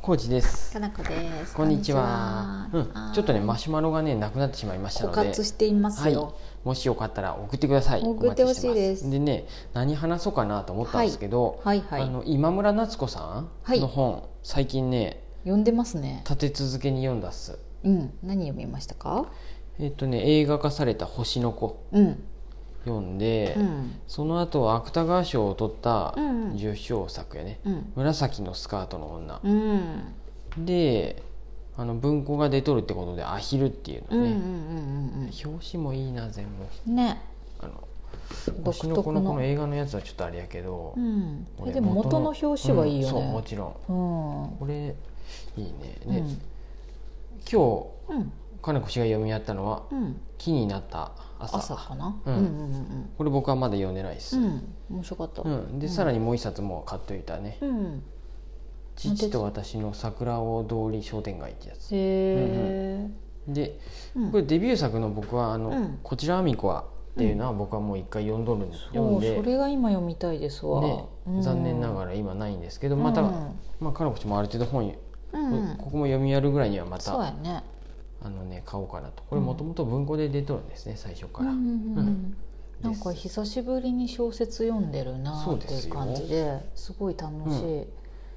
コーチですか。なこです。こんにちは。こうんんにちは、ちょっとね、マシシュマロがね、なくなってしまいました枯ので。渇していますはいよ。。もしよかったら送ってください。送ってほしいお待ちでてすまでね、何話そうかなと思ったんですけど、はいはいあの今村夏子さはんいの本、最近ね、読んでますね。立て続けに読んだっす。うん。何読みましたか？えっとね、映画化された星の子うん。読んで、うん。その後は芥川賞を取ったうんうん受賞作やね。うん。紫のスカートの女うん。うんであの文庫が出とるってことで「アヒル」っていううんうのんね、うん表紙もいいな全部うん。ね。あの独星特の子のこのの。映画のやつはちょっとあれやけどう、ん。こえれでも元の表紙はいいようんそうもね。ちろんうん。これいいねうで、ん。今うん。日かなこ氏が読み合ったのはうん。 「木になった朝」朝かな。ううんんうんうんこれ僕はまだ読んでないでうす、ん。ううんん。面白かった。でうんさらにもう一冊も買っといたねうん。 「父と私の桜を通り商店街」ってやつへえ。でうんこれデビュー作の僕はあの、うんこちらあみこはっていうのは僕はもう一回読んどるんです、読そんうでそれが今読みたいですわ、ねうん残念ながら今ないんですけどまた、うんまあ、かのこちもある程度本、こうんここも読みやるぐらいにはまそうたやねあの、ね、買おうかなとこれもともと文庫で出とるんですね最初から、うんうんうんうんなんかです久しぶりに小説読んでるなそうっでてすいよう感じですごい楽しい、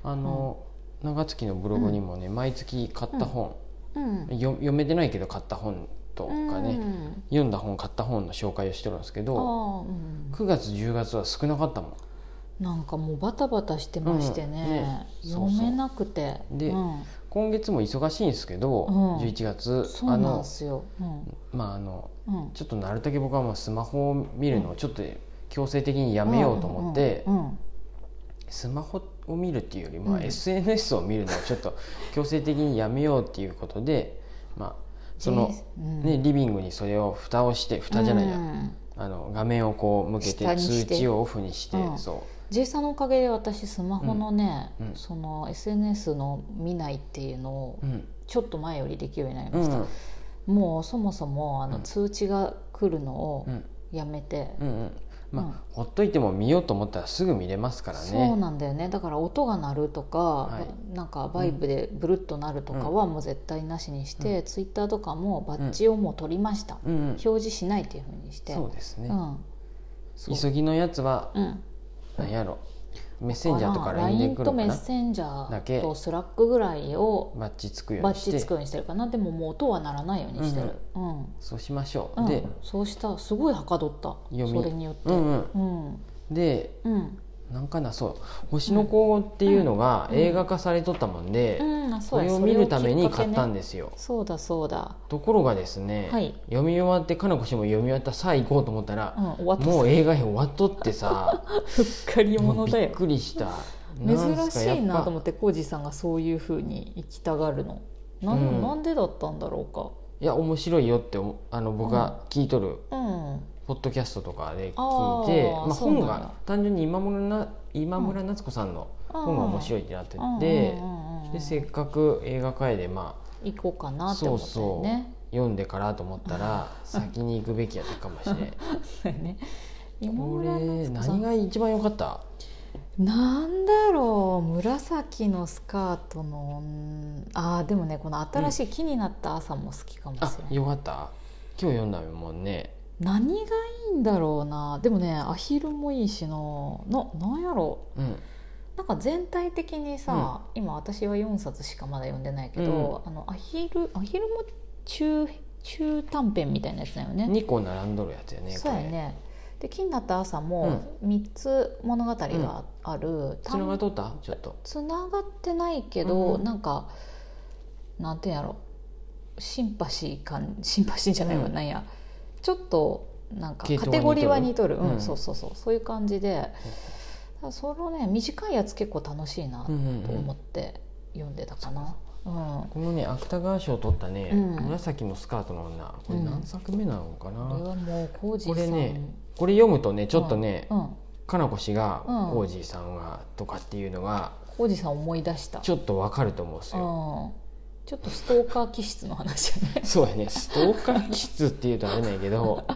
あの、長月のブログにもね毎月買った本、うんよ読めてないけど買った本とかね、うん読んだ本買った本の紹介をしてるんですけあどあうん9月10月は少なかったもんなんかもうバタバタしてましてうんねね,、そうそう読めなくてでうん、今月も忙しいんですけど、うん11月そうあなんのですよ、うんまああのうん、ちょっとなるだけ僕はもうスマホを見るのをちょっと強制的にやめようと思って、うんうんスマホを見るっていうより、まあ、うん SNS を見るのをちょっと強制的にやめようっていうことで、まあ、その、うんね、リビングにそれを蓋をして蓋じゃないや、うんあの画面をこう向け下てにし通て知をオフにして、うんそ J さんのおかげで私スマホのね、うんうんその SNS の見ないっていうのをう、うんちょっと前よりできるようになりうました、んもうそもそもあうのん通知が来るのをうんやめて、うんうんまあ、うんほっといても見ようと思ったらすぐ見れますからね。そうなんだよねだから音が鳴るとか、いなんかバイブでブルッとなるとかはもう絶対なしにして、ツイッターとかもバッジをもう取りました、うんうん、表示しないっていうふうにしてそうですね、うんそう急ぎのやつはうんなんやろメッセンジャーとか LINE で LINE 来るとのメかッなセンジだャけーとスラックぐらいをバッチつくようバにッしてチつくようにしてるかなでももう音は鳴らないようにしてる、うんそうしましょう、うんで、そうしたすごいはかどった読みそれによってうんうんうんでうんなんかなそう「星の子」っていうのがうん映画化されとったもんで、うんあそそうれやをそ見るためにきかけ買ねったんですよ、そうだそうだ、ところがですね、はい読み終わってかなこ氏も読み終わったさあ行こうと思ったうら、ん、終わったもう映画編終わっとってさすっかりも者うびだっよくりした珍しいなと思ってって浩二さんがそういうふうに行きたがるのなん,、うんなんでだったんだろういや面白いよっておあの僕が聞いとるかうんポッドキャストとかで聞いてあーまあ、そう本なんだが単純に今村な今村夏子さんの本が面白いいってなってて、でせっ行かく映画界でまあこうかなって思ったよね読んでからと思ったら先に行くべきやったかもしれん そうやね今こ村れ夏子さ何んが一番良かったなんだろう紫のスカートの女あーでもねこの新しい気になった朝も好きかもあしれない、良かった今日読んだもんね何がいいんだろうなでもねアヒルもいいしなななんやろうんうなんか全体的にさ、今私は4冊しかまだ読んでないけど、あのアヒルアヒルも中中短編みたいなやつだよね2個並んどるやつやねそうやねで気になった朝も3つ物語がある、これつながっとったちょっとつながってないけど、うんなんかなんていうんやろシンパシー感シンパシーじゃないわ、うんなんやちょっとなんか系カ統は似とるテゴリーは似とるうん、うんそうそうそうそういう感じで、そのね短いやつ結構楽しいなうとんうんう思んって読んでたかな、うんこのね芥川賞を取ったね、うん紫のスカートの女これ何作目なのかな、これはもう浩こ二されん、ねこれ読むとねちょっとね、うんかなこ氏がうんコージーさんがとかっていうのが浩二さん思い出したちょっとわかると思うんですよ。うんちょっとストーカー気質の話やね、そうやねストーカー気質っていうとあれないけど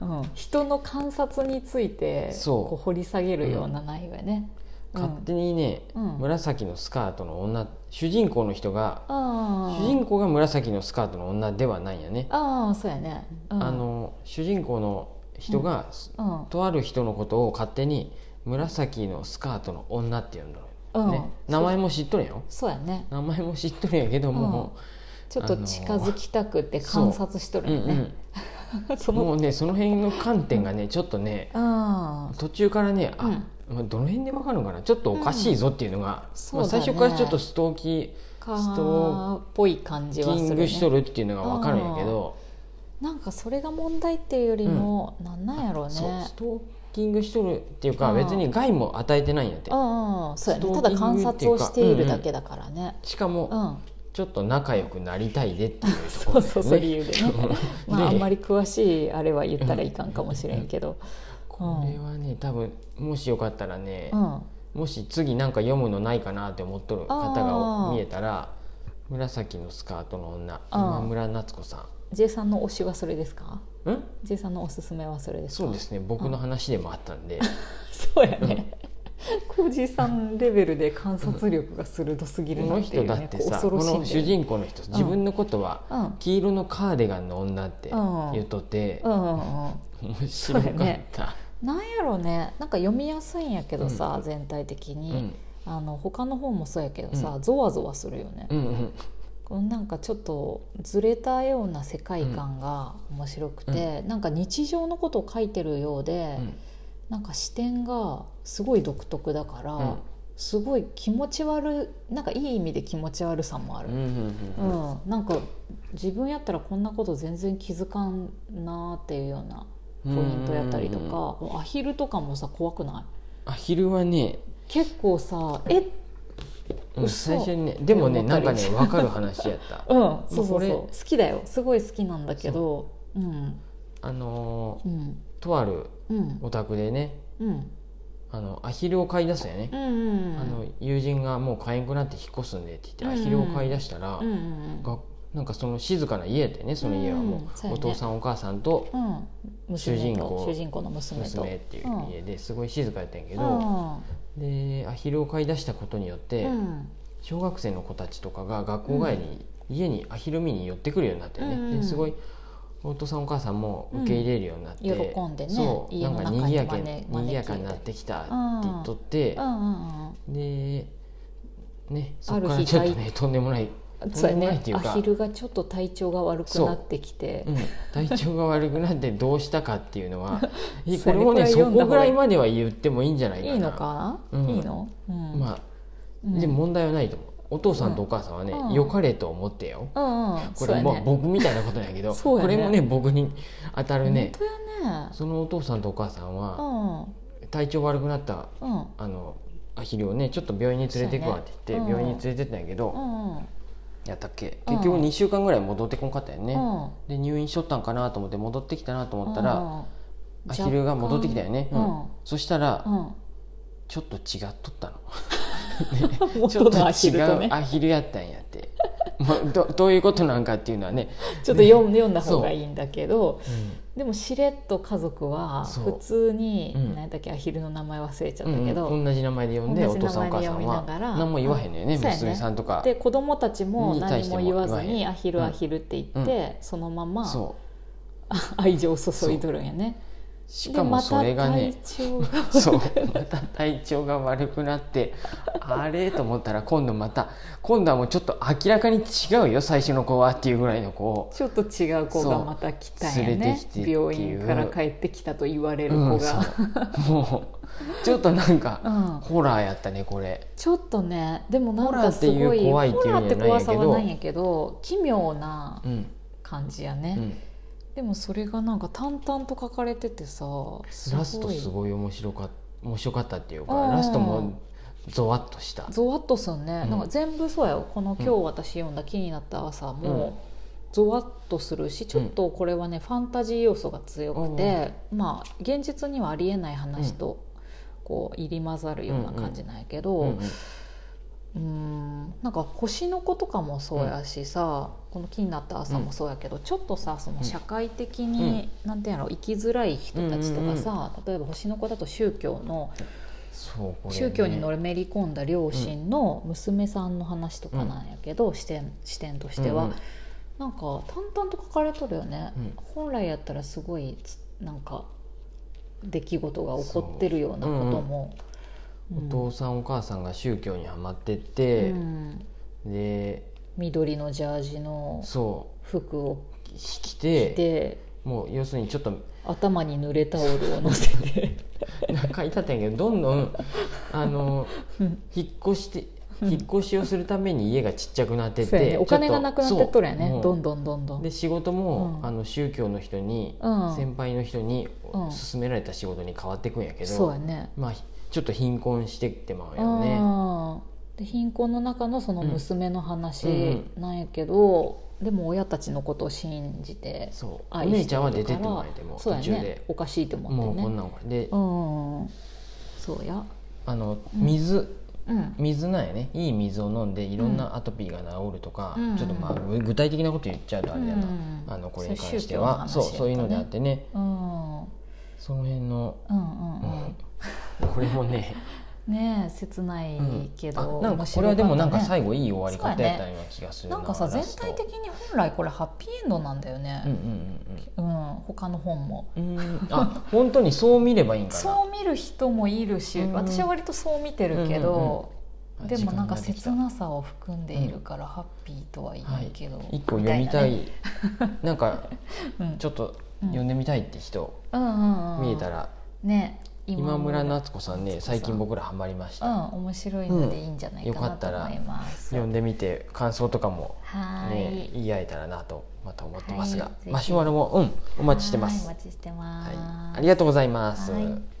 うん、人の観察についてそうこう掘り下げるような内容やね、うん勝手にね、うん紫のスカートの女主人公の人があ主人公が紫のスカートの女ではないんやね、ああそうやね、うん、あの主人公の人が、うんとある人のことを勝手に紫のスカートの女って呼んだうのん、よ、ね、名前も知っとるんやよそうやね名前も知っとるんやけども、ちょっと近づきたくって観察しとうるんよね、う そん、ものうねその辺の観点がねちょっとねあ途中からねあ、うんまあどの辺でわかるのかなちょっとおかしいぞっていうのが、そうまだあ、ね最初からちょっとストーキカスートっぽい感じはキすンる、グしとね、るっていうのがわかるんやけど、なんかそれが問題っていうよりも、なんなんやろうねそうストーキングしとるっていうかうん別に害も与えてないんやってうんうんそうやねストたーキングだ観察をしているだけだからねしかうもん、ちょっと仲良くなりたいでっていうとこそろうそうそう理由でね まああんまりり詳しいあれは言ったらいかんかもしれんけどこれはね多分もしよかったらね、うん、うんもし次なんか読むのないかなって思っとる方あーが見えたら「紫のスカートの女今村夏子さ J さんの推しはそれですかん」ん J さんのおすすめはそれです かそうですね僕の話でもあったんで、そうやね浩二さんレベルで観察力が鋭すぎるこなのってい人う、だねっ、てこうさ、 恐ころしいのんだよ主ね人公の人自分のことはうん黄色のカーディガンの女ってうん言っとってうんうんうん面白かそうやっねた。なんやろうねなんか読みやすいんやけどさ、うん全体的うに、んあの他の方もそうやけどさ、うゾワゾワするよね、うんうんこのなんかちょっとずれたような世界観が面白くて、なんか日常のことを書いてるようで、うんなんか視点がすごい独特だから、うんすごい気持ち悪いなんかいい意味で気持ち悪さもあるうんう、んううんんなんか自分やったらこんなこと全然気づかんなーっていうようなポイントやったりとか、うんもうアヒルとかもさ怖くないアヒルはね、結構さえうん嘘最初にねでもねってな思んったかりね分かる話やったうんそうそうこれそう好きだよすごい好きなんだけどうんあのーうんとあるうんお宅でねうんあのアヒルを飼い出すんやねうんう、んあの友人がもう飼えんくなって引っ越すんでって言ってうんアヒルを飼い出したら、うんうんがなんかその静かな家でねその家はもう、うんそうやねお父さんお母さんとうん娘と主人公主人公の娘と娘っていう家ですごい静かやったんやけうんど、でアヒルを飼い出したことによって、うん小学生の子たちとかが学校帰りに、家にアヒル見に寄ってくるようになってね、うんですごいお父さんお母さんも受け入れるようになって、うん喜んでねそう家なのん中かににぎやか招いにて賑やかになってきたって言っとってう、んうんで、ね、そあるこ日からちょっとねとんでも ない、うんとんでもないっていうアかヒルがちょっと体調が悪くなってきてうん体調が悪くなってどうしたかっていうの はいそこれれくもらねいそ読んだこ方ぐがらいいいまでは言ってもいいんじゃないかないいのかな、うんいいの、うんまあ、うんでも問題はないと思うお父さんとお母さんはね、うん良かれと思ってよ、うんうんこそうれやもね僕みたいなことなんやけど そうやねこれもね僕に当たるね本当やねそのお父さんとお母さんは体調悪くなったうんうんあのアヒルをねちょっと病院に連れてくわって言って、そうやねうん病院に連れてったんやけど、うんうんやったっけうん結局2週間ぐらい戻ってこんかったよね、うんで入院しとったんかなと思って戻ってきたなと思ったら、うんアヒルが戻ってきたよね、若干うんそしたら、うんうんちょっと違っと ったのちょ元っとのアヒルと違ねうアヒルやったんやって、まあ、どどういうことなんかっていうのはね、ちょっと読ん読んだ方がいいんだけどうんでもしれっと家族はそう普通に、うん何だっけアヒルの名前忘れちゃっうんたけど、うん同じ名前で呼んで同おじ父名さんお前で母さ呼んびはながら何も言わへんのよね、うんそうやね娘さんとかで子供たちもに対何してもも言わず言わへに「んアヒルアヒル」って言って、そのままそう愛情を注いどるんやね。しかもそれがねでまた体調が悪く そうまた体調が悪くなってあれと思ったら今度また今度はもうちょっと明らかに違うよ最初の子はっていうぐらいの子をちょっと違う子がまた来たんやそう連れねてきてっていう病院から帰ってきたと言われるう子んそうが、もうちょっとなんうか、んホラーやったねこれちょっとねでもなんかすごいホラーっていう怖いっていうんホラーって怖さはじゃなないいんんやけど奇妙なうん感じやうね、んでもそれがなんか淡々と書かれててさすラストごいすごい面白かった面白かったっていうかうんラストもゾワッとしたゾワッとすんね、うんなんか全部そうやよこの今日私読んだ気になった朝も、ゾワッとするしちょっとこれはね、ファンタジー要素が強くて、まあ現実にはありえない話とこう入り混ざるような感じなんやけど、うんうんうーんなんか星の子とかもそうやしさ、この気になった朝もそうやけど、ちょっとさその社会的に、なんていうんやろ生きづらい人たちとかさ、例えば星の子だと宗教のそうこれね宗教にのめり込んだ両親の娘さんの話とかなんやけど、視点視点としてうは、んうんなんか淡々と書かれとるよね、うん本来やったらすごいつなんか出来事が起こってるようなことも。お父さんお母さんが宗教にはまってってう、んで緑のジャージのそ服をうき着ててもう要するにちょっと頭に濡れタオルを乗せ てなんか書いてあったんやけどどんど んあのうん引っ越して引っ越しをするために家がちっちゃくなってそうやねてお金がなくなってっとるやそうもねうどんどんどんどんで仕事も、うんあの宗教の人に、うん先輩の人にうん勧められた仕事に変わっていくんやけど、そうやねまあちょっと貧困してきてまうよね。あーで貧困の中のその娘のうん話なんやけど、でも親たちのことを信じてそうお愛姉しちてゃんは出るてかってもらえらてもそうや途中ねでおかしいとも思うってこんねなんからで、うんそうやあのうん水うん水なんやねいい水を飲んでいろんなアトピーが治るとか、うんちょっとまあ具体的なこと言っちゃうとあれやな、うんあのこれに関してはそそうう,、宗教の話やったねそういうのであってねうんうんその辺の、うんうんうん これもねねえ切ないけど、あなんか面こ白れはでかったねもなんか最後いい終わり方やったような気がするなんかさ全ラスト体的に本来これハッピーエンドなんだようんうね、んうん他の本も。うんうんうーんあ本当にそう見ればいいんかなそう見る人もいるし、うん私は割とそう見てるけど、あでもなんか時切間がなさを含んでいるから、ハッピーとは言えんけど、できた一個読みたいみなんかたいなね、ちょっと読んでみたいって人うんうんうんうん見えたらね今村の夏子さんね最近僕らハマりましうんた面白いのでいいんじゃないかなと思います、読んでみて感想とかもはーねい言い合えたらなとまた思ってますがはいぜひマシュマロもうんおお待ちしてますお待ちしてます、はいありがとうございますはい